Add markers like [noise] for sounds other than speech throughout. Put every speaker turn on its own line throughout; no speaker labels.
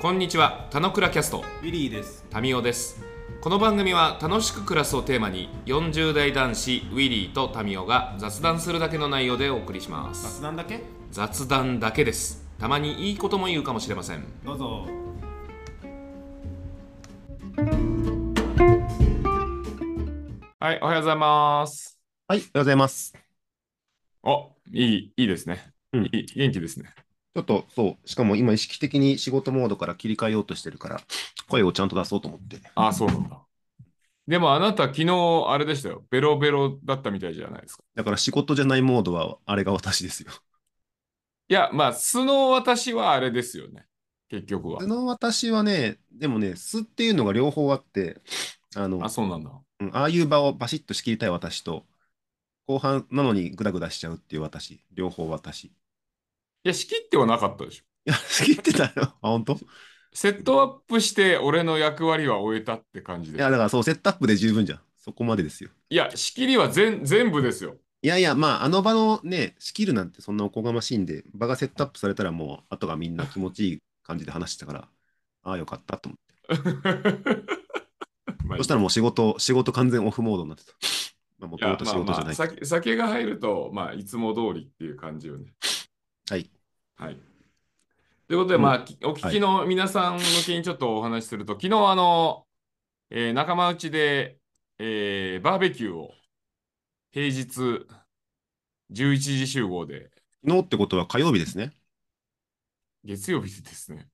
こんにちは、たのくらキャスト、
ウィリーです。
タミオです。この番組は楽しく暮らすをテーマに、40代男子ウィリーとタミオが雑談するだけの内容でお送りします。
雑談だけ
雑談だけです。たまにいいことも言うかもしれません。
どうぞ。
はい、おはようございます。
はい、おはようございます。
お、いい、いいですね。
うん
いい元気ですね。
ちょっと、そう、しかも今意識的に仕事モードから切り替えようとしてるから、声をちゃんと出そうと思って。
ああ、そうなんだ。でもあなた、昨日、あれでしたよ。ベロベロだったみたいじゃないですか。
だから仕事じゃないモードは、あれが私 [laughs] ですよ。
いや、まあ、素の私はあれですよね。結局は
そ。の私はね、でもね、素っていうのが両方あって、あの、
あ、そうなんだ。
うんああいう場をバシッと仕切りたい私と、後半なのにグダグダしちゃうっていう私、両方私。い
いや、仕切ってはなかったでしょ。
や、仕切ってたよ。あ、本当い
セットアップして、俺の役割は終えたって感じで。
や、だからそう、セットアップで十分じゃん。そこまでですよ。
いや、仕切りは全全部です
[laughs]
よ。
いやいや、まあ、あの場のね、仕切るなんてそんなおこがましいんで、場がセットアップされたらもう、あとがみんな気持ちいい感じで話してたから、ああ、よかったと思って。
まあ
そしたらもう仕事、仕事完全オフモードになってた。まあ、も
い
と
や
もと仕事じゃ
まあまあ
ない。
酒酒が入ると、まあ、いつも通りっていう感じよね。
はい。
はい。ということで、
うん
まあ、きお聞きの皆さん向けにちょっとお話しすると、昨日、あの、えー仲間内で、えーバーベキューを平日11時集合で、
昨日ってことは火曜日ですね。 [laughs]
月曜日ですね。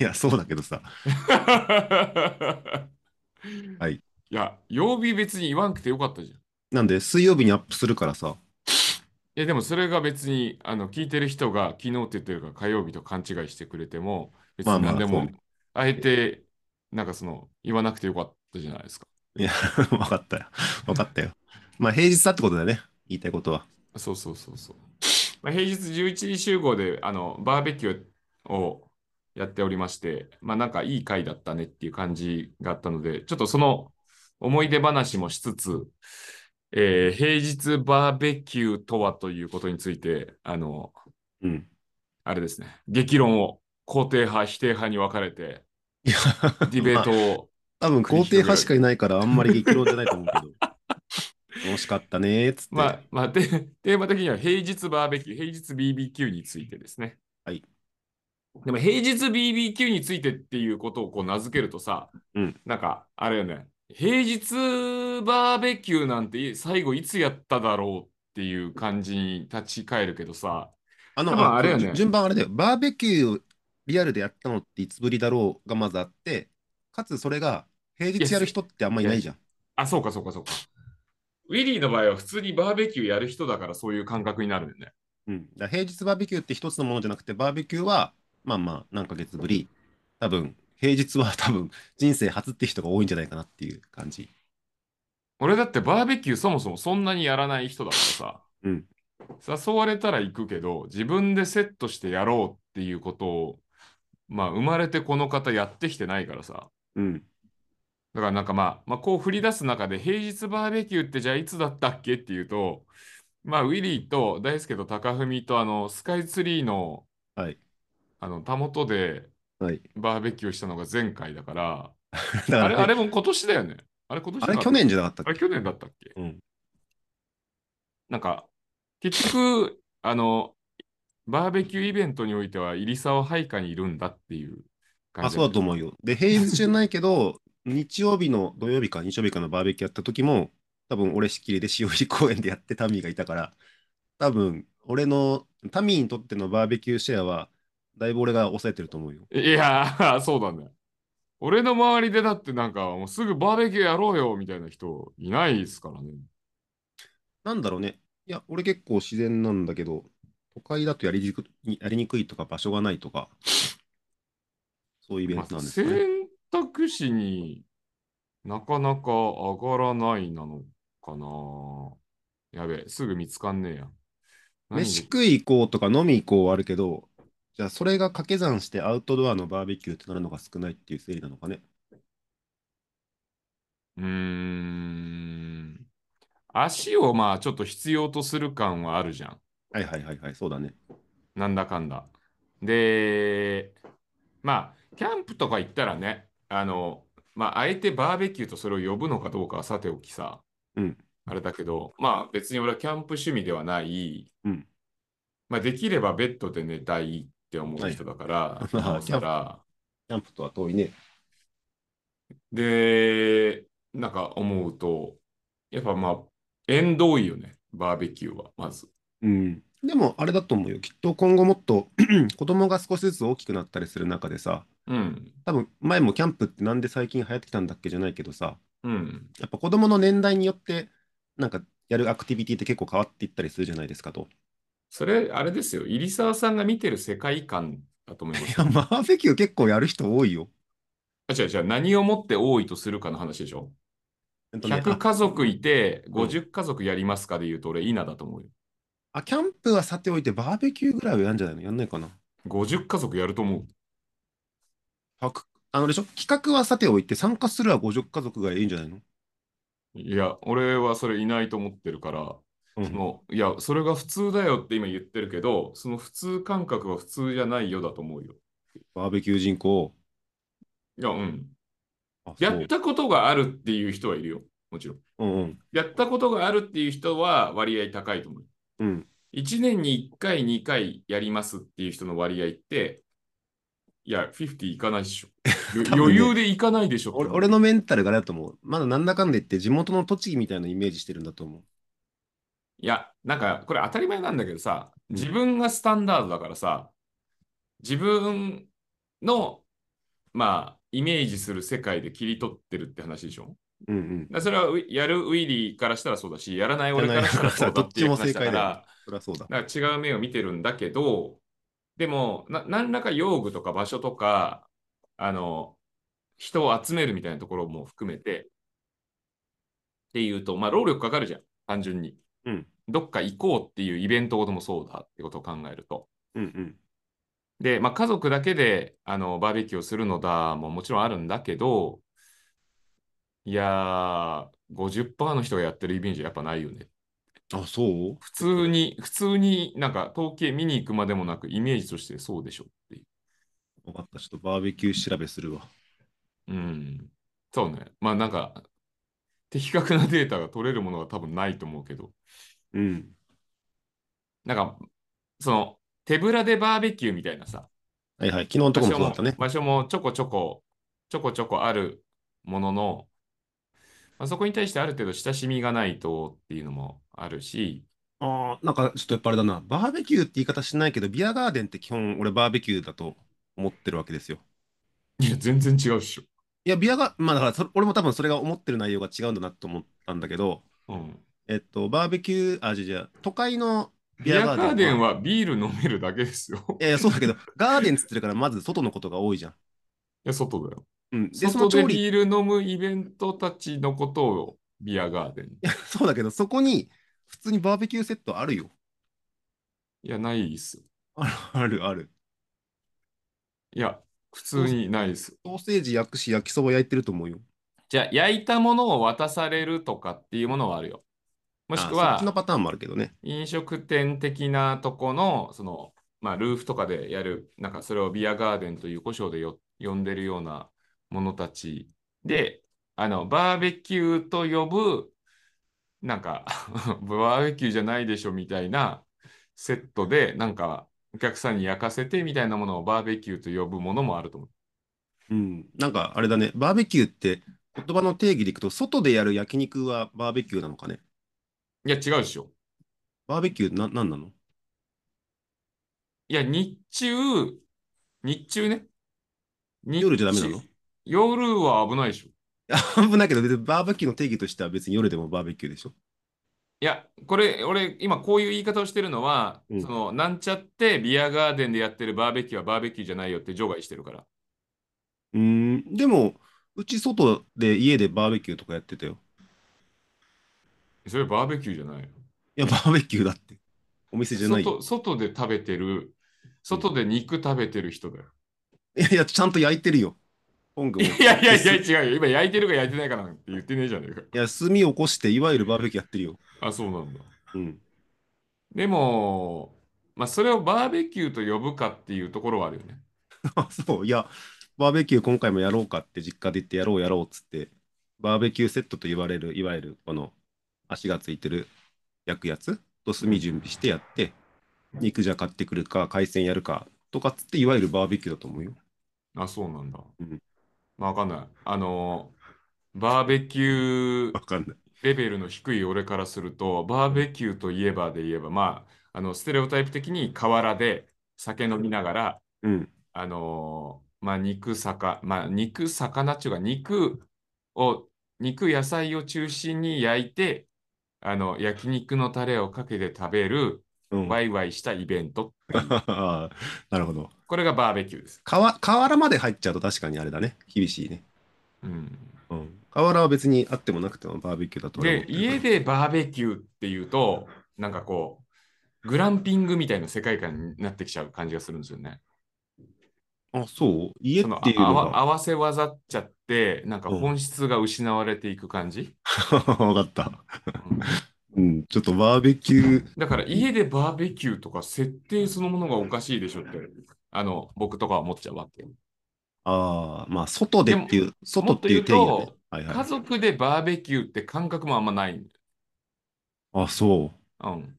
いや、そうだけどさ。 [laughs]
はいいや、曜日別に言わんくてよかったじゃん。い
なんで、水曜日にアップするからさ。 [laughs]
や、でもそれが別に、あの、聞いてる人が昨日って言ってるから火曜日と勘違いしてくれても、別に
まあ
何
まあ
で
そう
も
ね、
あえて、なんかその、言わなくてよかったじゃないですか。
いや、わかったよ。わかったよ。まあ、平日だってことだよね。言いたいことは。
そうそうそうそう。まあ、平日11時集合であのバーベキューをやっておりまして、まあなんかいい回だったねっていう感じがあったので、ちょっとその思い出話もしつつ、えー平日バーベキューとはということについて、あの、
うん。
あれですね、激論を肯定派、否定派に分かれて、
いや、
ディベート
まあ
を、
多分肯定派しかいないから、あんまり激論じゃないと思うけ
[laughs]
ど。楽しかったねーっつって。
まあ、まあ、テ [laughs] テーマ的には平日バーベキュー、平日 BBQ についてですね。
はい。
でも平日 BBQ についてっていうことをこう名付けるとさ、
うん
なんかあれよね、平日バーベキューなんて最後いつやっただろうっていう感じに立ち返るけどさ、
あの、
多分あれよね
そう順番あれだよ。バーベキューをリアルでやったのっていつぶりだろうがまずあって、かつそれが平日やる人ってあんまいないじゃん。
あ、そうかそうかそうか。ウィリーの場合は普通にバーベキューやる人だからそういう感覚になるよね。
うん、だから平日バーベキューって一つのものじゃなくて、バーベキューはまあまあ何ヶ月ぶり、多分平日は多分人生初って人が多いんじゃないかなっていう感じ。
俺だってバーベキューそもそもそんなにやらない人だからさ、
うん
誘われたら行くけど自分でセットしてやろうっていうことをまあ生まれてこの方やってきてないからさ
うん。
だからなんかまあ、まあ、こう振り出す中で平日バーベキューってじゃあいつだったっけっていうとまあウィリーと大輔と高文とあのスカイツリーの
はい。
あのたもとで
はい。
バーベキューしたのが前回だから
[laughs] だか
あ
ら
れ
ね
あれも今年だよねあれ今年
あ
だ
れ去年じゃなかったっ
あ
け
れ去年だったっけ
うん。
なんか、結局、あの、バーベキューイベントにおいては、入沢配下にいるんだっていう感じ
あ、そうだと思
う。
うよ。で、平日じゃないけど、 [laughs] 日曜日の土曜日か日曜日かのバーベキューやった時も、多分俺仕切りで潮入公園でやってタミーがいたから、多分俺のタミーにとってのバーベキューシェアは、だいぶ俺が抑えてると思うよ。
いやー、 [laughs] そうだね。俺の周りでだってなんか、もうすぐバーベキューやろうよみたいな人いないですからね。
なんだろうね。いや、俺結構自然なんだけど、都会だとやりにくやりにくいとか場所がないとか、そういうイベントなんですか
まあ
ね。
選択肢になかなか上がらないなのかな。やべえ、すぐ見つかんねえや。何
飯食い行こうとか飲み行こうはあるけど、じゃあそれが掛け算してアウトドアのバーベキューってなるのが少ないっていう整理なのかね。
うーん。足をまあちょっと必要とする感はあるじゃん。
はいはいはいはい、そうだね。
なんだかんだ。で、まあ、キャンプとか行ったらね、あの、まあ、あえてバーベキューとそれを呼ぶのかどうかはさておきさ、
うん
あれだけど、まあ、別に俺はキャンプ趣味ではない、
うん
まあ、できればベッドで寝たいって思う人だから、
[laughs] い
なおさら、
キャンプとは遠いね。
で、なんか思うと、やっぱまあ、縁遠いよね、バーベキューは、まず。
うん。でも、あれだと思うよ。きっと今後もっと [clears throat] 子供が少しずつ大きくなったりする中でさ、
うん、
多分前もキャンプってなんで最近流行ってきたんだっけじゃないけどさ、
うん、
やっぱ子供の年代によって、なんかやるアクティビティって結構変わっていったりするじゃないですかと。 [laughs]
それ、あれですよ、入澤さんが見てる世界観だと思いま
い [laughs]
す
や、。バーベキュー結構やる人多いよ。
あ、違う違う、何をもって多いとするかの話でしょ。
えっとね、
100
あ
家族いて、
うん
50家族やりますかで言うと、俺、稲だと思うよ。
あ、キャンプはさておいて、バーベキューぐらいはやんじゃないのやんないかな。
50家族やると思う。
100あのでしょ企画はさておいて、参加するは50家族がいいんじゃないの
いや、俺はそれいないと思ってるから、
うん
そのいや、それが普通だよって今言ってるけど、その普通感覚は普通じゃないよだと思うよ。
バーベキュー人口。
いや、うん。
あ、
や
そう
ったことがあるっていう人はいるよ。もちろん。
うんうん。
やったことがあるっていう人は割合高いと思う。
うん。
1年に1回、2回やりますっていう人の割合って、いや、50いかないで
[laughs]
しょ。よ
多分ね
余裕でいかないでしょって
俺俺のメンタルがあれだと思う。まだなんだかんだ言って、地元の栃木みたいなイメージしてるんだと思う。
いや、なんか、これ当たり前なんだけどさ、自分がスタンダードだからさ、自分の、まあ、イメージする世界で切り取ってるって話でしょ
うんうん。
だからそれはウィやるウィリーからしたらそうだし、やらない俺からしたらそうだっていう
やらない
話
俺
だ
か
から
[laughs] したらどっちも正解だよ
ら、
そりゃそうだ。
だから違う目を見てるんだけど、でも、な何らか用具とか場所とか、あの、人を集めるみたいなところも含めて、っていうと、まあ、労力かかるじゃん、単純に。
うん
どっか行こうっていうイベントごともそうだってことを考えると。
うんうん。
で、まあ、家族だけであのバーベキューをするのだももちろんあるんだけど、いやー、50%の人がやってるイメージやっぱないよね。
あ、そう
普通に、普通になんか統計見に行くまでもなく、イメージとしてそうでしょっていう。
分かった。ちょっとバーベキュー調べするわ。
うん。そうね。まあなんか、的確なデータが取れるものは多分ないと思うけど、
うん。
なんか、その、手ぶらでバーベキューみたいなさ、
はいはい。昨日のと
場
こ
所
もそうだ
も
ったね。
場所もちょこちょこ、ちょこちょこあるものの、まあ、そこに対してある程度親しみがないとっていうのもあるし、
ああ、なんかちょっとやっぱあれだな。バーベキューって言い方しないけど、ビアガーデンって基本俺バーベキューだと思ってるわけですよ。
いや、全然違うっしょ。
いや、ビアガー、まあだからそ俺も多分それが思ってる内容が違うんだなと思ったんだけど、
うん。
えっと、バーベキュー、あ、じゃあじゃあ都会の
ビアガーデン
は、
はビール飲めるだけですよ。
いやいやそうだけど、ガーデンっつってるからまず外のことが多いじゃん。
いや、外だよ。
うん。で、その
外で
調理、
ビール飲むイベントたちのことをビアガーデン。い
[laughs] そうだけど、そこに普通にバーベキューセットあるよ。
や、ないっすよ。
あるあるある。
いや、普通にないっす。
ソーセージ焼くし、焼きそば焼いてると思うよ。
じゃあ、焼いたものを渡されるとかっていうものはあるよ。もしく
あそっちの
は、
パターンもあるけどね。
飲食店的なとこの、その、まあ、ルーフとかでやる、なんかそれをビアガーデンという呼称でよ呼んでるようなものたちで、あの、バーベキューと呼ぶ、なんか、 [laughs] バーベキューじゃないでしょみたいなセットで、なんか、お客さんに焼かせてみたいなものをバーベキューと呼ぶものもあると思う。
うん。なんかあれだね、バーベキューって言葉の定義でいくと、外でやる焼肉はバーベキューなのかね。
いや、違うでしょ。
バーベキューな、なんなの
いや、日中、日中ね。日
夜じゃダメなの
中夜は危ないでしょ。
危ないけど、別にバーベキューの定義としては別に夜でもバーベキューでしょ。
いや、これ、俺、今こういう言い方をしてるのは、
うん
その、なんちゃってビアガーデンでやってるバーベキューはバーベキューじゃないよって除外してるから。
うーん。でも、うち外で家でバーベキューとかやってたよ。
それバーベキューじゃないよ。
いや、バーベキューだって。お店じゃないよ。
外、外で食べてる、外で肉食べてる人だよ。 [laughs]
いやいや、ちゃんと焼いてるよ。本具も。
いやいやいや、
い
違うよ。今焼いてるか焼いてないかなんて言ってねえじゃねえか。
や、炭起こして、いわゆるバーベキューやってるよ。
あ、そうなんだ。
うん。
でも、まあ、それをバーベキューと呼ぶかっていうところはあるよね。
あ [laughs] そう、いや、バーベキュー今回もやろうかって実家で言ってやろうやろうっつって、バーベキューセットと言われる、いわゆるこの足がついてる焼くやつと炭準備してやって、肉じゃ買ってくるか、海鮮やるかとかっつって、いわゆるバーベキューだと思うよ。
あ、そうなんだ。
うん
まあ、わかんない。あのー、バーベキュー
わかんない。
レベルの低い俺からすると、バーベキューといえばで言えば、まあ、あの、ステレオタイプ的に河原で酒飲みながら、
うん。
あのーまあ、肉、魚、まあ、肉、魚っていうか、肉を、肉、野菜を中心に焼いて、あの、焼肉のタレをかけて食べる、
うん、
ワ
あ
イワイしたイベント。
あ [laughs] なるほど。
これがバーベキューです。
河河原まで入っちゃうと確かにあれだね。厳しいね。
うん。
うん。河原は別にあってもなくてもバーベキューだと俺
で
は思、ってるから
家でバーベキューっていうと、なんかこう、グランピングみたいな世界観になってきちゃう感じがするんですよね。
あ、そう。家っ
その
ていう
あ
のが
わ。合わせ技っちゃって、なんか本質が失われていく感
[laughs]
じ。
わかった。
うん
うん、ちょっとバーベキュー、
だから家でバーベキューとか設定そのものがおかしいでしょって、あの、僕とかは思っちゃうわけ。
ああ、まあ、外でっていう、外っていう定義だね。はいは
家
い。
族でバーベキューって感覚もあんまない。
あ、そう。
うん。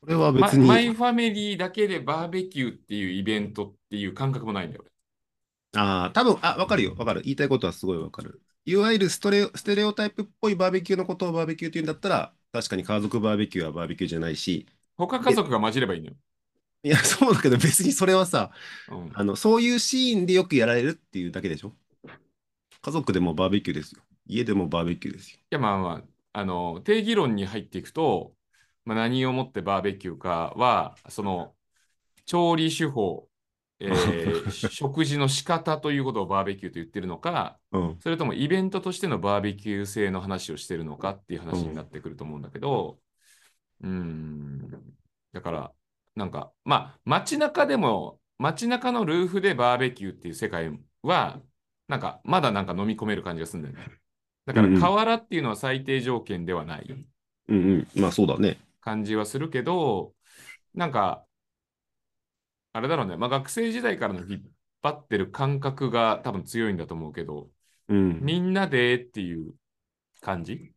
これは
ま
別に、
マイファミリーだけでバーベキューっていうイベントっていう感覚もないんだよ。
ああ、多分、あ、わかるよ。わかる。言いたいことはすごいわかる。いわゆるストレオ、ステレオタイプっぽいバーベキューのことをバーベキューって言うんだったら、確かに家族バーベキューはバーベキューじゃないし、
他家族が混じればいいのよ。
いや、そうだけど別にそれはさ、
うん
あの、そういうシーンでよくやられるっていうだけでしょ家族でもバーベキューですよ。家でもバーベキューですよ。
いやまあまあ、あの、定義論に入っていくと、まあ、何をもってバーベキューかは、その、調理手法、えー食事の仕方ということをバーベキューと言ってるのか、
うん。
それともイベントとしてのバーベキュー性の話をしてるのかっていう話になってくると思うんだけど、うーん、だから、なんか、まあ、街中でも、街中のルーフでバーベキューっていう世界は、なんか、まだなんか飲み込める感じがするんだよね。だか
うんう
ら、
ん
河原っていうのは最低条件ではない
うんうん。まあ、そうだね。
感じはするけど、なんか、あれだろうね、まあ、学生時代からの引っ張ってる感覚が多分強いんだと思うけど、
うん。
みんなでっていう感じ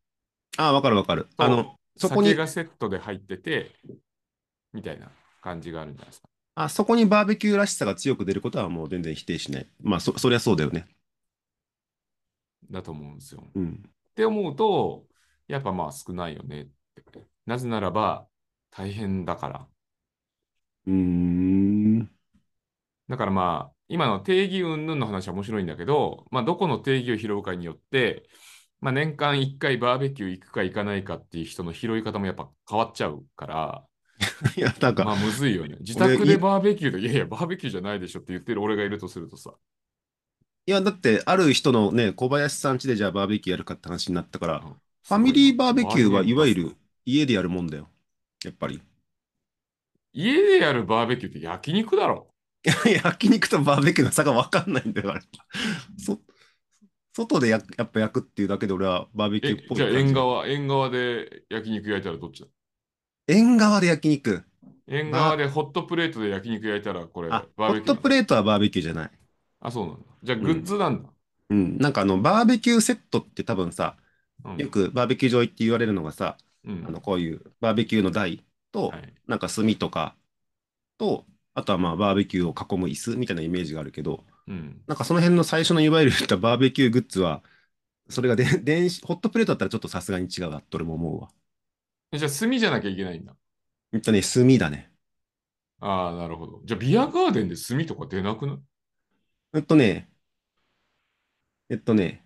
ああ、わかるわかる。あの、そこに
酒がセットで入ってて、みたいな感じがあるんじゃないですか。
あそこにバーベキューらしさが強く出ることはもう全然否定しない。まあそ、そりゃそうだよね。
だと思うんですよ。っ
うん。
て思うと、やっぱまあ少ないよねって。なぜならば、大変だから。
うーん。 [laughs]
だからまあ、今の定義云々の話は面白いんだけど、まあ、どこの定義を拾うかによって、まあ、年間1回バーベキュー行くか行かないかっていう人の拾い方もやっぱ変わっちゃうから、
いや、なん
まあ
か、
むずいよね。自宅でバーベキューで、いやいや、バーベキューじゃないでしょって言ってる俺がいるとするとさ。
いや、だって、ある人のね、小林さん家でじゃあバーベキューやるかって話になったから、
うん
ファミリーバーベキューはいわゆる。家でやるもんだよ。やっぱり。 [laughs]
家でやるバーベキューって焼肉だろ。
焼肉とバーベキューの差がわかんないんだよ、あれ。そ、外でや、やっぱ焼くっていうだけで俺はバーベキ
え
ューっぽい
じゃあ
感
縁
じ。
側、縁側で焼肉焼いたらどっちだ
縁側で焼肉。
縁側でホットプレートで焼肉焼いたらこれ、
あ、
バーベキュ
ホッ
ー
トプレートはバーベキューじゃない。
あ、そうなんだ。じゃあグッズなんだ。
うん。なんかあの、バーベキューセットって多分さ、
うん
よくバーベキュー場行って言われるのがさ、
うん
あのこういうバーベキューの台と
は、い
なんか炭とかと、あとはまあバーベキューを囲む椅子みたいなイメージがあるけど、
うん
なんかその辺の最初のいわゆる言ったバーベキューグッズは、それがで電子、ホットプレートだったらちょっとさすがに違うなと俺も思うわ。
えじゃあ炭じゃなきゃいけないんだ。
えっとね、炭だね。
ああ、なるほど。じゃあビアガーデンで炭とか出なくない
えっとね、えっとね、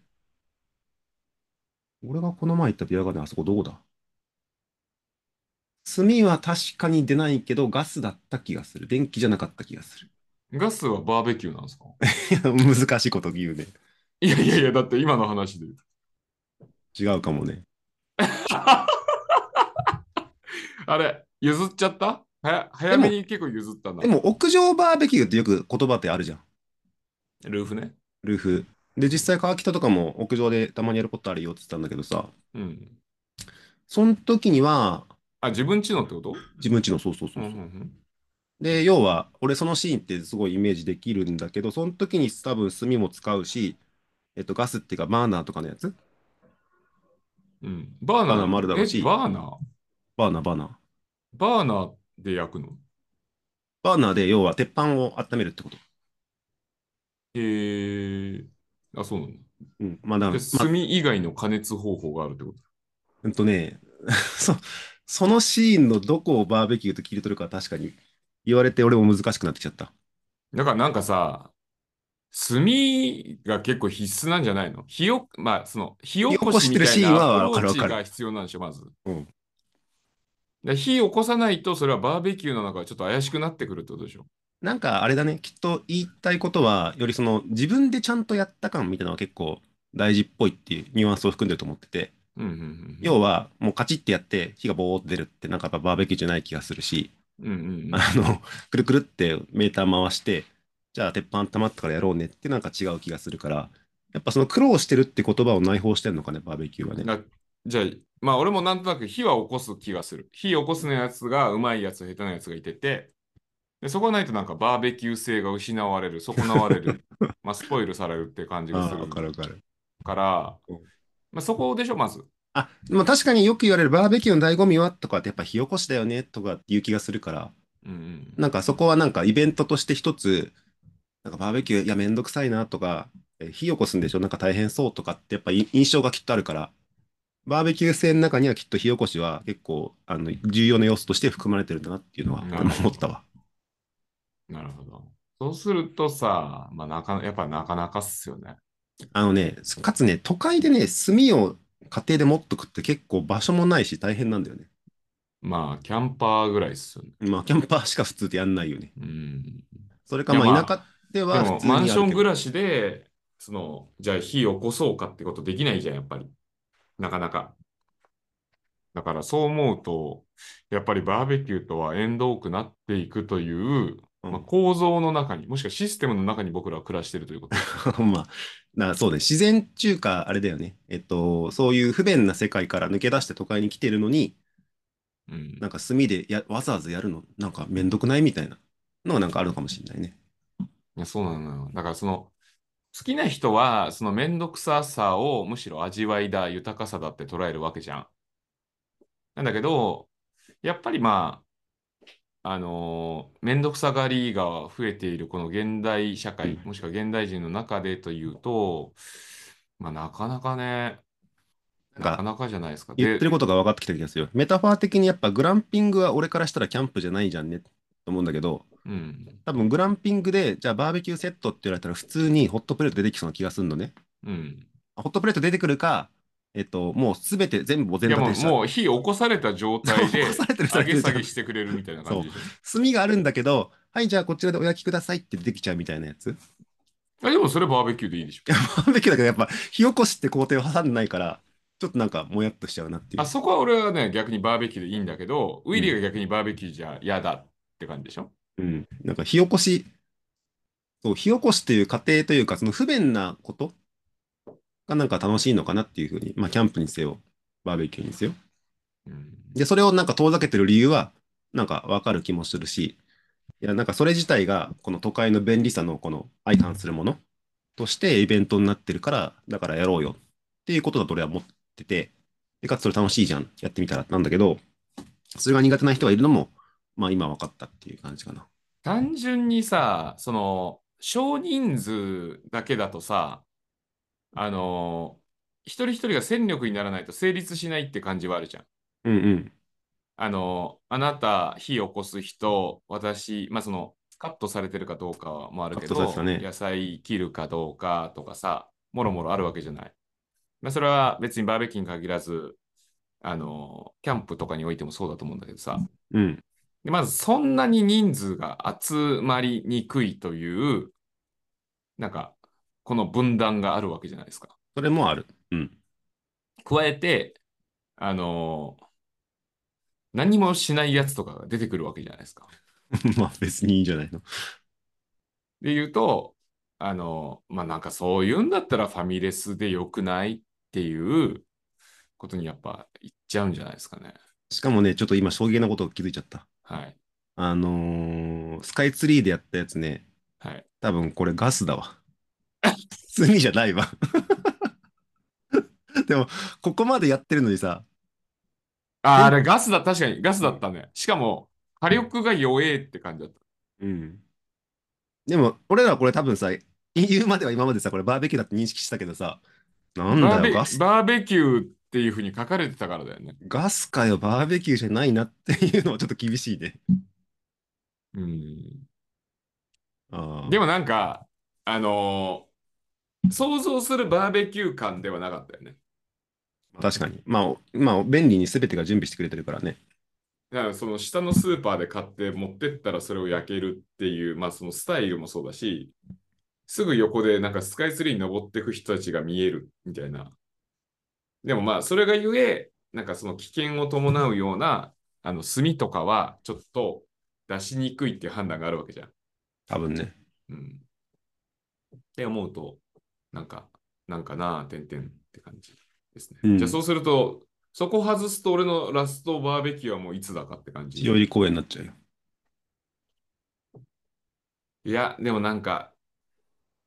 俺がこの前行ったビアガーデン、あそこどこだ炭は確かに出ないけど、ガスだった気がする。電気じゃなかった気がする。
ガスはバーベキューなんです
[laughs]
か
いや難しいこと言うね。
いやいやいや、だって今の話で。
違うかもね。
あれ、譲っちゃったはや早めに結構譲ったんだ
で。も、屋上バーベキューってよく言葉ってあるじゃん。
ルーフね。
ルーフ。で、実際川北とかも屋上でたまにやることあるよって言ってたんだけどさ、
うん。
その時には、
あ、自分ちのってこと
自分ちのそうそうそうう、
んうんうん
で、要は、俺そのシーンってすごいイメージできるんだけど、その時に多分炭も使うし、えっと、ガスっていうか、バーナーとかのやつ
うん。バーナ
バーナ
ー
ーもあるだろうし
えバーナー
バーナー、バーナー。
バーナーで焼くの
バーナーで要は鉄板を温めるってこと。
えー、あ、そうなんだ。
うん。まあ、だから、
で
まあ
炭以外の加熱方法があるってこと
うんとね、 [laughs] そ、そのシーンのどこをバーベキューと切り取るかは確かに言われて俺も難しくなってきちゃった。
だからなんかさ、炭が結構必須なんじゃないの火を、まあ、その、火起こしみた
火起こしてる
い
シーンは
なア
わ
プ
かる
ロ
わ
ーチ
かる
が必要なんでしょ、まず。
うん
で火起こさないと、それはバーベキューの中でちょっと怪しくなってくるってことでしょ。
なんかあれだね、きっと言いたいことは、よりその自分でちゃんとやった感みたいなのは結構大事っぽいっていうニュアンスを含んでると思ってて、
うんうんうん
要はもうカチッってやって火がボーって出るってなんかやっぱバーベキューじゃない気がするし、
うん。うんうんうん
あの、くるくるってメーター回して、じゃあ鉄板溜まったからやろうねってなんか違う気がするから、やっぱその苦労してるって言葉を内包してんのかね、バーベキューはね。
なじゃあ、まあ俺もなんとなく火は起こす気がする。火起こすのやつがうまいやつ、下手なやつがいてて、でそこがないとなんかバーベキュー性が失われる、損なわれ
[laughs]
る、まあスポイルされるって感じが
あ
す
あ、
る
わかるわかる。
から
うん、
まあ、そこでしょ、まず。
あ、でも確かによく言われるバーベキューの醍醐味はとかってやっぱ火起こしだよねとかっていう気がするから、
うんうん
なんかそこはなんかイベントとして一つ、なんかバーベキューいやめんどくさいなとか、え火起こすんでしょなんか大変そうとかってやっぱい印象がきっとあるから、バーベキュー性の中にはきっと火起こしは結構あの重要な要素として含まれてるんだなっていうのは
な
あ
るほ
の
ど
思ったわ。
なるほど。そうするとさ、まあ、なかやっぱなかなかっすよね。
あのね、かつね、都会でね、炭を家庭で持っとくって結構場所もないし大変なんだよね。
まあ、キャンパーぐらいっすよね。
まあ、キャンパーしか普通でやんないよね。
うん。
それか、
いや
まあ、
まあ
田舎で
で
は普
も、
通にあ
マ
る
ン
け
シ
ど
ョン暮らしで、その、じゃあ火起こそうかってことできないじゃん、やっぱり。なかなか。だから、そう思うと、やっぱりバーベキューとは縁遠くなっていくという、
うん
まあ、構造の中に、もしくはシステムの中に僕らは暮らしてるということ。
[laughs] まあ、なそうね、自然中華、あれだよね。えっと、そういう不便な世界から抜け出して都会に来てるのに、
うん
なんか炭でやわざわざやるの、なんかめんどくないみたいなのはなんかあるのかもしれないね。
いや、そうなのよ。だからその、好きな人は、そのめんどくささをむしろ味わいだ、豊かさだって捉えるわけじゃん。なんだけど、やっぱりまあ、あのー、めんどくさがりが増えているこの現代社会、もしくは現代人の中でというと、まあ、なかなかね、
なん
なか
か
なかじゃないですか。
言って
で
ることが分かってきた気がするよ。メタファー的にやっぱグランピングは俺からしたらキャンプじゃないじゃんねと思うんだけど、
うん、
多分グランピングで、じゃあバーベキューセットって言われたら普通にホットプレート出てきそうな気がするのね。
うん。
ホットプレート出てくるか、えっと、もうすべて全部お
い
膳
や、
立
も
て
う、
しちゃう
もう火起こされた状態で、
[laughs] 起こされて
上
る最中
げ
で
下げしてくれるみたいな感じでしょ。
炭があるんだけど、はい、じゃあこちらでお焼きくださいって出てきちゃうみたいなやつ。 [laughs]
あでも、それバーベキューでいいでしょ。
バーベキューだけどやっぱ火起こしって工程を挟んでないから、ちょっとなんかもやっとしちゃうなっていう
あ。そこは俺はね、逆にバーベキューでいいんだけど、ウィリーが逆にバーベキューじゃ嫌だって感じでしょ
うん。なんか火起こし、そう、火起こしっていう過程というか、その不便なことがなんか楽しいのかなっていうふうに、まあキャンプにせよ、バーベキューにせよ。
うん。
で、それをなんか遠ざけてる理由は、なんかわかる気もするし、いや、なんかそれ自体が、この都会の便利さのこの相反するものとしてイベントになってるから、だからやろうよっていうことだと俺は思ってて、で、かつそれ楽しいじゃん、やってみたらなんだけど、それが苦手な人がいるのも、まあ今分かったっていう感じかな。
単純にさ、その、少人数だけだとさ、あの、一人一人が戦力にならないと成立しないって感じはあるじゃん。
うんうん。
あの、あなた、火起こす人、私、まあ、その、カットされてるかどうかもあるけ
カッ
ど
ト、されてたね
野菜切るかどうかとかさ、もろもろあるわけじゃない。まあ、それは別にバーベキューに限らず、あの、キャンプとかにおいてもそうだと思うんだけどさ、
うん。
でまずそんなに人数が集まりにくいという、なんか、この分断があるわけじゃないですか。
それもある。うん。 [laughs]
加えて、あの何もしないやつとかが出てくるわけじゃないですか。
まあ別にいいんじゃないの。
で言うと、あの、まあ、なんかそういうんだったらファミレスでよくないっていうことにやっぱ言っちゃうんじゃないですかね。
しかもね、ちょっと今、衝撃なことを気づいちゃった。
はい。
あのースカイツリーでやったやつね、
はい。
多分これガスだわ。 [laughs] 炭じゃないわ。 [laughs] でも、ここまでやってるのにさ、
あー、あれガスだ、確かにガスだったね。しかも、火力が弱えって感じだった。
うん。でも、俺らこれ多分さ、言うまでは今までさ、これバーベキューだって認識したけどさ、なん
バー
だ
ベ
よ、ガス、
バーベキューっていうふうに書かれてたからだよね。
ガスかよ、バーベキューじゃないなっていうのはちょっと厳しいね。
うん。
あー
でもなんか、あのー想像するバーベキュー感ではなかったよね。
確かに。まあ、おまあ、便利に全てが準備してくれてるからね。
だからその下のスーパーで買って持ってったらそれを焼けるっていう、まあそのスタイルもそうだし、すぐ横でなんかスカイツリーに登っていく人たちが見えるみたいな。でもまあそれがゆえ、なんかその危険を伴うような、あの炭とかはちょっと出しにくいっていう判断があるわけじゃん。
多分ね。
うん。って思うと、なんか、なんかなあ、てんてんって感じですね。
うん
じゃあそうすると、そこ外すと俺のラストバーベキューはもういつだかって感じ。
日和公園になっちゃうよ。
いや、でもなんか、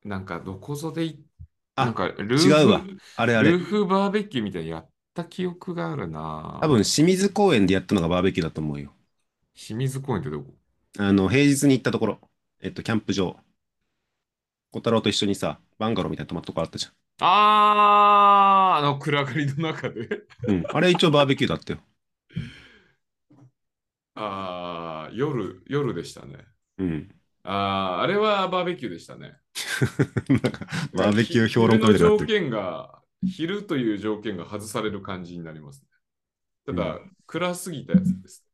なんかどこぞでい、
あ
なんかルーフ、
違うわあれあれ
ルー。フバーベキューみたいにやった記憶があるな。
多分、清水公園でやったのがバーベキューだと思うよ。
清水公園ってどこ
あの、平日に行ったところ、えっと、キャンプ場。小太郎と一緒にさ、バンガローみたいな泊まったとこあったじ
あー、あの暗がりの中で [laughs]
ゃん。うん。あれ一応バーベキューだったよ。
あー、夜、夜でしたね。
うん。 [laughs]
あー、あれはバーベキューでしたね。
なんか、バーベキュー評論家み
昼
たいに
の条
なってる。
件が、昼という条件が外される感じになりますね。ただ、暗すぎたやつです。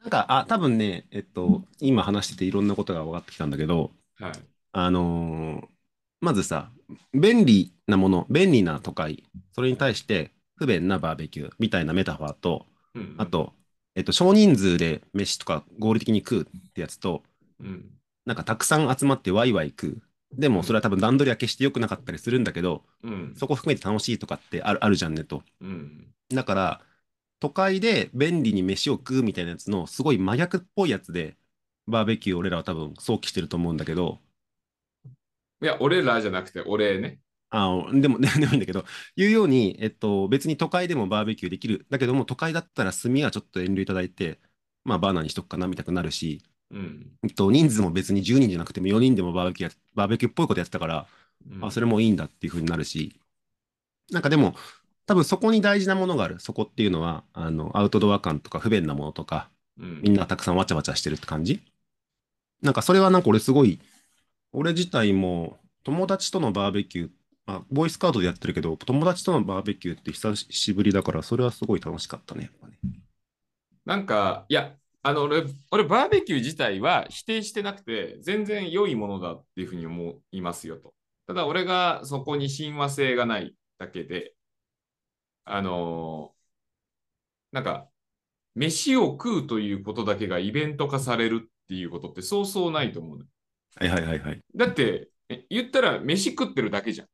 なんか、あ、多分ね、えっと、今話してていろんなことが分かってきたんだけど、
はい。
あのーまずさ、便利なもの、便利な都会、それに対して不便なバーベキューみたいなメタファーと、
うん
あ、と、えっと、少人数で飯とか合理的に食うってやつと、
うん。
なんかたくさん集まってワイワイ食う。でもそれは多分段取りは決して良くなかったりするんだけど、
うん。
そこ含めて楽しいとかってあるあるじゃんねと。
うん。
だから、都会で便利に飯を食うみたいなやつのすごい真逆っぽいやつで、バーベキューを俺らは多分想起してると思うんだけど、
いや、俺らじゃなくて、俺ね。
あでも、で [laughs] もいいんだけど、言うように、えっと、別に都会でもバーベキューできる。だけども、都会だったら炭はちょっと遠慮いただいて、まあ、バーナーにしとくかな、みたいになるし、
うん。
えっと、人数も別に10人じゃなくても4人でもバーベキューや、バーベキューっぽいことやってたから、あ、それもいいんだっていう風になるし、なんかでも、多分そこに大事なものがある。そこっていうのは、あの、アウトドア感とか不便なものとか、
うん、
みんなたくさんわちゃわちゃしてるって感じなんかそれはなんか俺すごい、俺自体も友達とのバーベキュー、まあ、ボーイスカウトでやってるけど、友達とのバーベキューって久しぶりだから、それはすごい楽しかったね。やっぱね
なんか、いや、あの俺、俺、バーベキュー自体は否定してなくて、全然良いものだっていうふうに思いますよと。ただ、俺がそこに親和性がないだけで、あのーなんか、飯を食うということだけがイベント化されるっていうことってそうそうないと思うの。
はいはいはい [laughs] はい。
だって、え言ったら飯食ってるだけじゃん。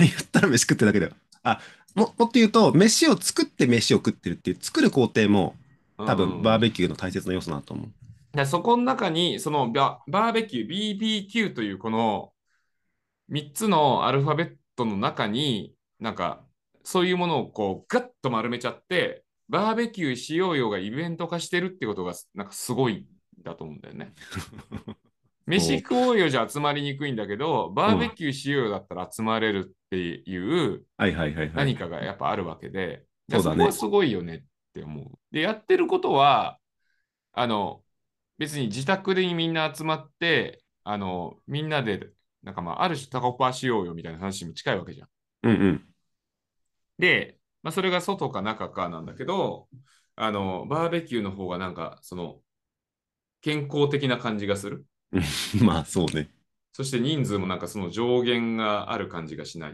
言ったら飯食ってるだけだよ。あ、ももっと言うと、飯を作って飯を食ってるっていう、作る工程も多分バー
ベ
ベキューの大切な要素だと思う。
だからそこの中に、そのババーベキュー、BBQ というこの3つのアルファベットの中に、なんかそういうものをこうガッと丸めちゃって、バーベキューしようよがイベント化してるってことがなんかすごいんだと思うんだよね。飯食おうよじゃ集まりにくいんだけど、バーベキューしようよだったら集まれるっていう
はいはいはいはい。
何かがやっぱあるわけで、い
そ
や
うだ
そ
ね
こはすごいよねって思う。で、やってることは、あの、別に自宅でみんな集まって、あの、みんなで、なんかまあ、ある種タコパしようよみたいな話にも近いわけじゃん。
うんうん。
で、まあ、それが外か中かなんだけど、あの、バーベキューの方がなんか、その、健康的な感じがする。
[laughs] まあそうね。
そして人数もなんかその上限がある感じがしない。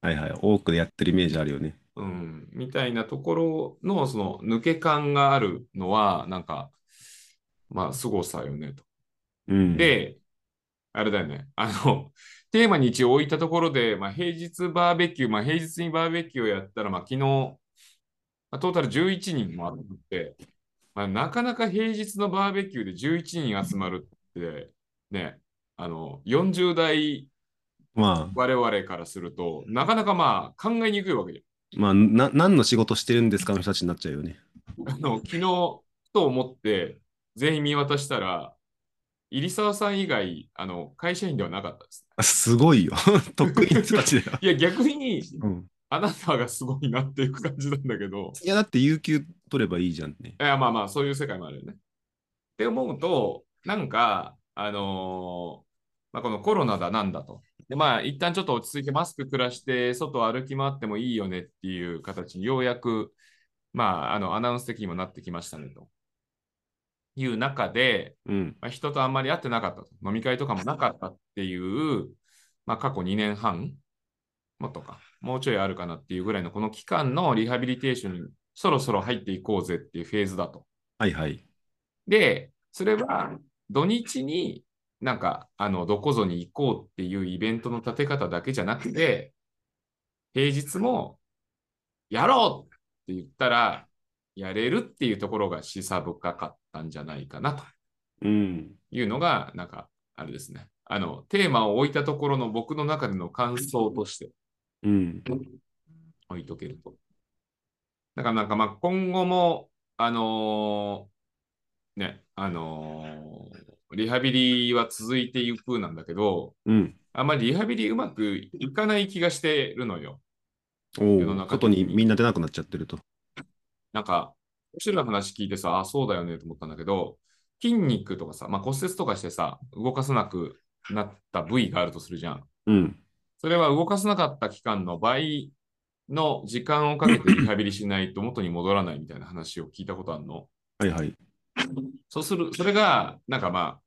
はいはい。多くでやってるイメージあるよね。
うん、みたいなところのその抜け感があるのは、なんか、まあ、凄さよねと。
うん。
で、あれだよね、あの、 [laughs] テーマに一応置いたところで、まあ、平日バーベキュー、まあ、平日にバーベキューをやったら、まあ、昨日、まあ、トータル11人もあって、まあ、なかなか平日のバーベキューで11人集まるって、ね、あの、40代
ま
我々からすると、なかなかまあ、考えにくいわけじ
あ、まあ、な何の仕事してるんですかの人たちになっちゃうよね。
ゃん。あの、昨日と思って、全員見渡したら、入澤さん以外、あの、会社員ではなかったです。
あすごいよ。 [laughs] 得意な人たちだよ。
いや、逆に、
うん、
あなたがすごいなっていう感じなんだけど、
いや、だって有給取ればいいじゃんね。
いや、まあまあ、そういう世界もあるよね。って思うと、なんか、あのーまあ、このコロナだなんだと。で、まあ、一旦ちょっと落ち着いてマスク暮らして、外歩き回ってもいいよねっていう形に、ようやく、まあ、あの、アナウンス的にもなってきましたねと。いう中で、
うん。
まあ、人とあんまり会ってなかったと。飲み会とかもなかったっていう、まあ、過去2年半もっとか、もうちょいあるかなっていうぐらいのこの期間のリハビリテーションにそろそろ入っていこうぜっていうフェーズだと。
はいはい。
で、それは土日になんか、あの、どこぞに行こうっていうイベントの立て方だけじゃなくて、平日もやろうって言ったら、やれるっていうところが示唆深かったんじゃないかなと。
うん。
いうのが、なんか、あれですね。あの、テーマを置いたところの僕の中での感想として
うん。
置いとけると。だからなんか、まあ、今後も、あのーね、あのーリハビリは続いていくなんだけど、
うん。
あんまりリハビリうまくいかない気がしてるのよ。
お
世の中
お、外にみんな出なくなっちゃってると。
なんか、面白い話聞いてさ、あ、そうだよねと思ったんだけど、筋肉とかさ、まあ、骨折とかしてさ、動かさなくなった部位があるとするじゃん。
うん。
それは動かさなかった期間の倍の時間をかけてリハビリしないと元に戻らないみたいな話を聞いたことあるの。
はいはい。
そうする、それが、なんかまあ、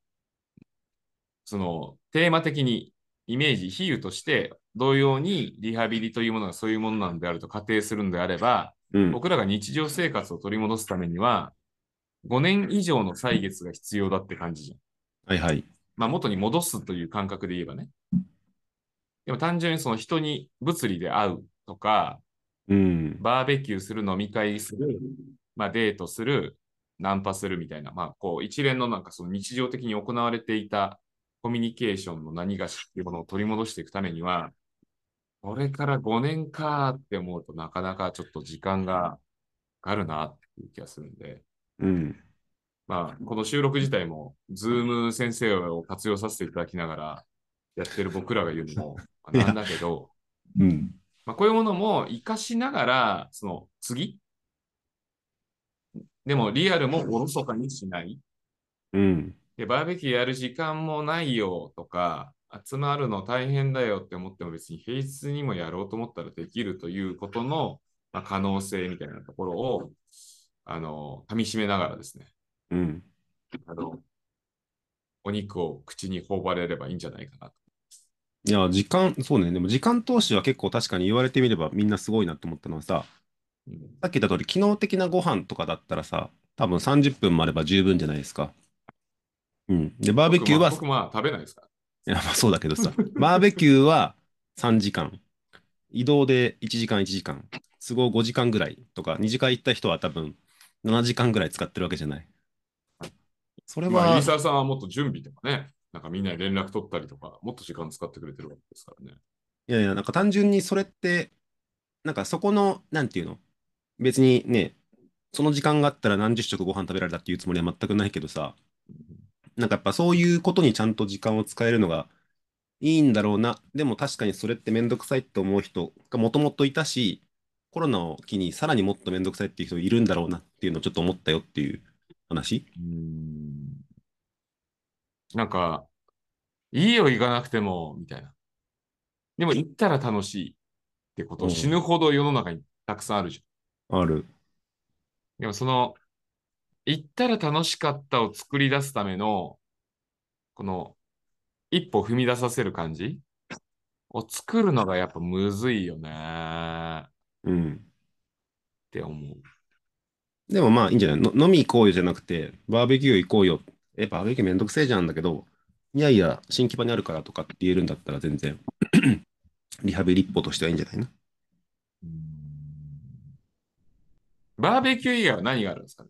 そのテーマ的にイメージ、比喩として同様にリハビリというものがそういうものなんであると仮定するんであれば、
うん。
僕らが日常生活を取り戻すためには、5年以上の歳月が必要だって感じじゃん。
はいはい。
まあ、元に戻すという感覚で言えばね。でも単純にその人に物理で会うとか、
うん。
バーベキューする、飲み会する、まあ、デートする、ナンパするみたいな、まあ、こう一連のなんかその日常的に行われていたコミュニケーションの何がしっていうものを取り戻していくためには、これから5年かって思うとなかなかちょっと時間がかかるなっていう気がするんで、
うん。
まあ、この収録自体も、ズーム先生を活用させていただきながら、やってる僕らが言うのも、まあ
いや
なんだけど、
うん。
まあ、こういうものも活かしながら、その次、でもリアルもおろそかにしない。
うん。
で、バーベキューやる時間もないよとか、集まるの大変だよって思っても別に平日にもやろうと思ったらできるということの、まあ、可能性みたいなところを、あの、噛み締めながらですね、
うん。
あの、お肉を口に頬張れればいいんじゃないかなと。
いや、時間、そうね。でも時間投資は結構確かに言われてみればみんなすごいなって思ったのはさ、
うん
さっき言った通り、機能的なご飯とかだったらさ、多分30分もあれば十分じゃないですか。うん。で、バーベキューは、い
僕まあ僕まあ食べないですから。
や、まあそうだけどさ、バーベキューは3時間、移動で1時間1時間、都合5時間ぐらいとか、2次会行った人は多分7時間ぐらい使ってるわけじゃない。それ
まあ、
は
飯、沢さんはもっと準備とかね、なんかみんなに連絡取ったりとか、もっと時間使ってくれてるわけですからね。
いやいや、なんか単純にそれって、なんかそこの、なんていうの、別にね、その時間があったら何十食ご飯食べられたっていうつもりは全くないけどさ、なんかやっぱそういうことにちゃんと時間を使えるのがいいんだろうな。でも確かにそれってめんどくさいって思う人がもともといたし、コロナを機にさらにもっとめんどくさいっていう人いるんだろうなっていうのをちょっと思ったよっていう話。
なんか、いいよ、行かなくても、みたいな。でも行ったら楽しいってこと、
うん
死ぬほど世の中にたくさんあるじゃん。
ある。
でもその、行ったら楽しかったを作り出すための、この、一歩踏み出させる感じを作るのがやっぱむずいよねーっ
うん。
て思う。
でもまあいいんじゃないの飲み行こうよじゃなくて、バーベキュー行こうよ。え、バーベキューめんどくせえじゃんだけど、いやいや、新規場にあるからとかって言えるんだったら全然、 [clears throat] リハビリ一歩としてはいいんじゃないの
バーベキュー以外は何があるんですかね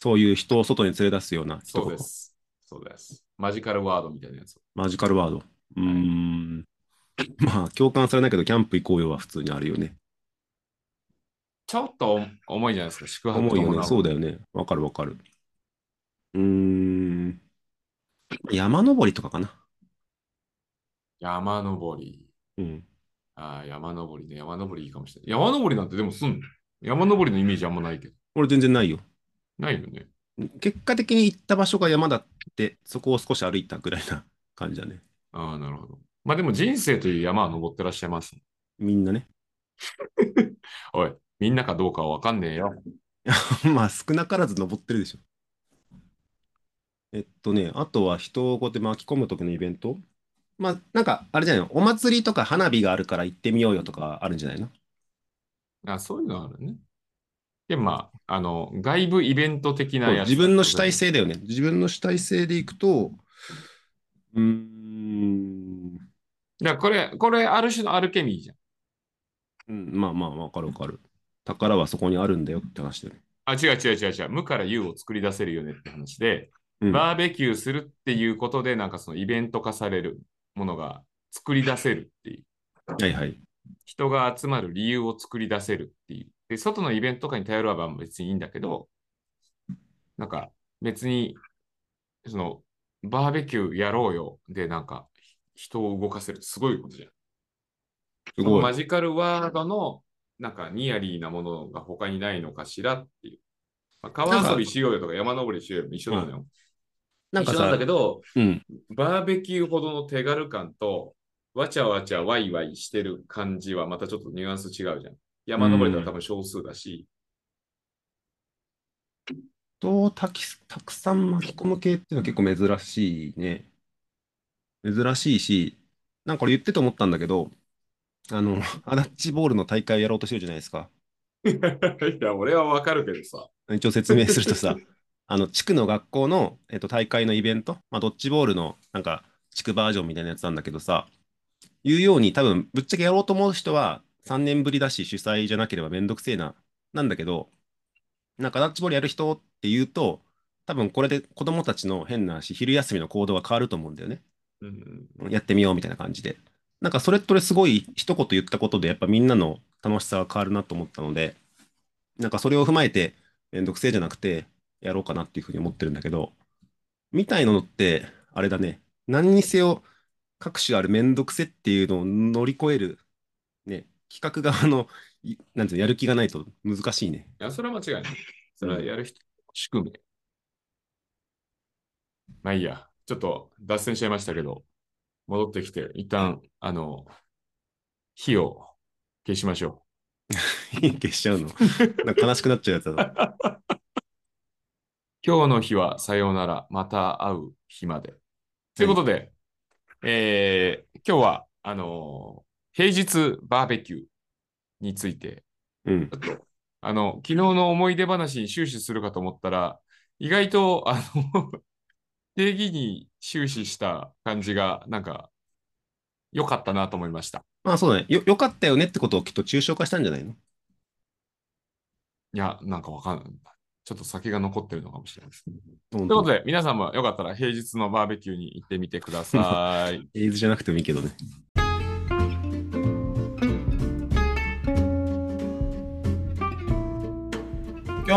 そういう人を外に連れ出すような一
そう
言
です。そうです。マジカルワードみたいなやつ。
マジカルワード。うーん。まあ、共感されないけど、キャンプ行こうよは普通にあるよね。
ちょっと重いじゃないですか、宿泊
重いよね。そうだよ
ね。
ね。わかるわかる。うーん。山登りとかかな。
山登り。
うん。
ああ、山登りね。山登りいいかもしれない。山登りなんてでもすんの山登りのイメージあんまないけど。
俺全然ないよ。
ないよね。
結果的に行った場所が山だって、そこを少し歩いたぐらいな感じだね。 [laughs]
ああ、なるほど。まあでも人生という山は登ってらっしゃいます。
みんなね。 [laughs]
おい、みんなかどうかはわかんねえよ。
まあ、少なからず登ってるでしょ。えっとね、あとは人をこうやって巻き込む時のイベントまあ、なんか、あれじゃないのお祭りとか花火があるから行ってみようよとかあるんじゃないの
あそういうのあるね。で、まあ、あの、外部イベント的な
そう
やつ。
自分の主体。性だよね。自分の主体性でいくと、うーん、
だからこれ、これ、ある種のアルケミーじゃん。
うんまあまあ、わかるわかる。宝はそこにあるんだよって話だよね。
あ、違う違う違う違う。無から有を作り出せるよねって話で、
うん
バーベキューするっていうことで、なんかそのイベント化されるものが作り出せるっていう。
はいはい。
人が集まる理由を作り出せるっていう。で、外のイベントとかに頼れば別にいいんだけど、なんか別に、その、バーベキューやろうよで、なんか人を動かせるってすごいことじゃん。
すご
マ
い。
ジカルワードの、なんかニアリーなものが他にないのかしらっていう。まあ川遊びしようよとか山登りしようよも一緒なのよ。
なんか
一緒なんだ
さ
け、ど、
うん、
バーベキューほどの手軽感と、わちゃわちゃワイワイしてる感じはまたちょっとニュアンス違うじゃん。山登りだと多分少数だし、
人をたきたくさん巻き込む系っていうのは結構珍しいね。珍しいし、なんかこれ言ってて思ったんだけど、あの、アダッチボールの大会をやろうとしてるじゃないですか。
[laughs] いや、俺はわかるけどさ。
一応説明するとさ、 [laughs] あの地区の学校の、えっと、大会のイベント、まあ、ドッジボールのなんか地区バージョンみたいなやつなんだけどさ、言うように多分ぶっちゃけやろうと思う人は3年ぶりだし主催じゃなければめんどくせえな、なんだけど、なんかダッジボールやる人って言うと、多分これで子供たちの変なし、昼休みの行動が変わると思うんだよね。
うん、
やってみようみたいな感じで。なんかそれとれすごい一言言ったことでやっぱみんなの楽しさが変わるなと思ったので、なんかそれを踏まえてめんどくせえじゃなくてやろうかなっていうふうに思ってるんだけど、みたいなのってあれだね、何にせよ各種あるめんどくせっていうのを乗り越える、ね、企画側の、いなんていうの、やる気がないと難しいね。
いや、それは間違いない。それはやる人、宿命。まあいいや、ちょっと脱線しちゃいましたけど、戻ってきて、一旦、あの、火を消しましょ
消 [laughs] しちゃうの。なんか悲しくなっちゃうやつだな。
う。今日の日はさようなら、また会う日まで。ということで、えー今日は、あの平日バーベキューについて
うん。
ちょっとあの、昨日の思い出話に終始するかと思ったら、意外と、あの、 [laughs] 定義に終始した感じが、なんか、良かったなと思いました。
まあそうだね。よ、よかったよねってことをきっと抽象化したんじゃないの
いや、なんかわかんない。ちょっと先が残ってるのかもしれないです、ね。
とい
ということで、皆さんもよかったら平日のバーベキューに行ってみてください。
エイズじゃなくてもいいけどね。
今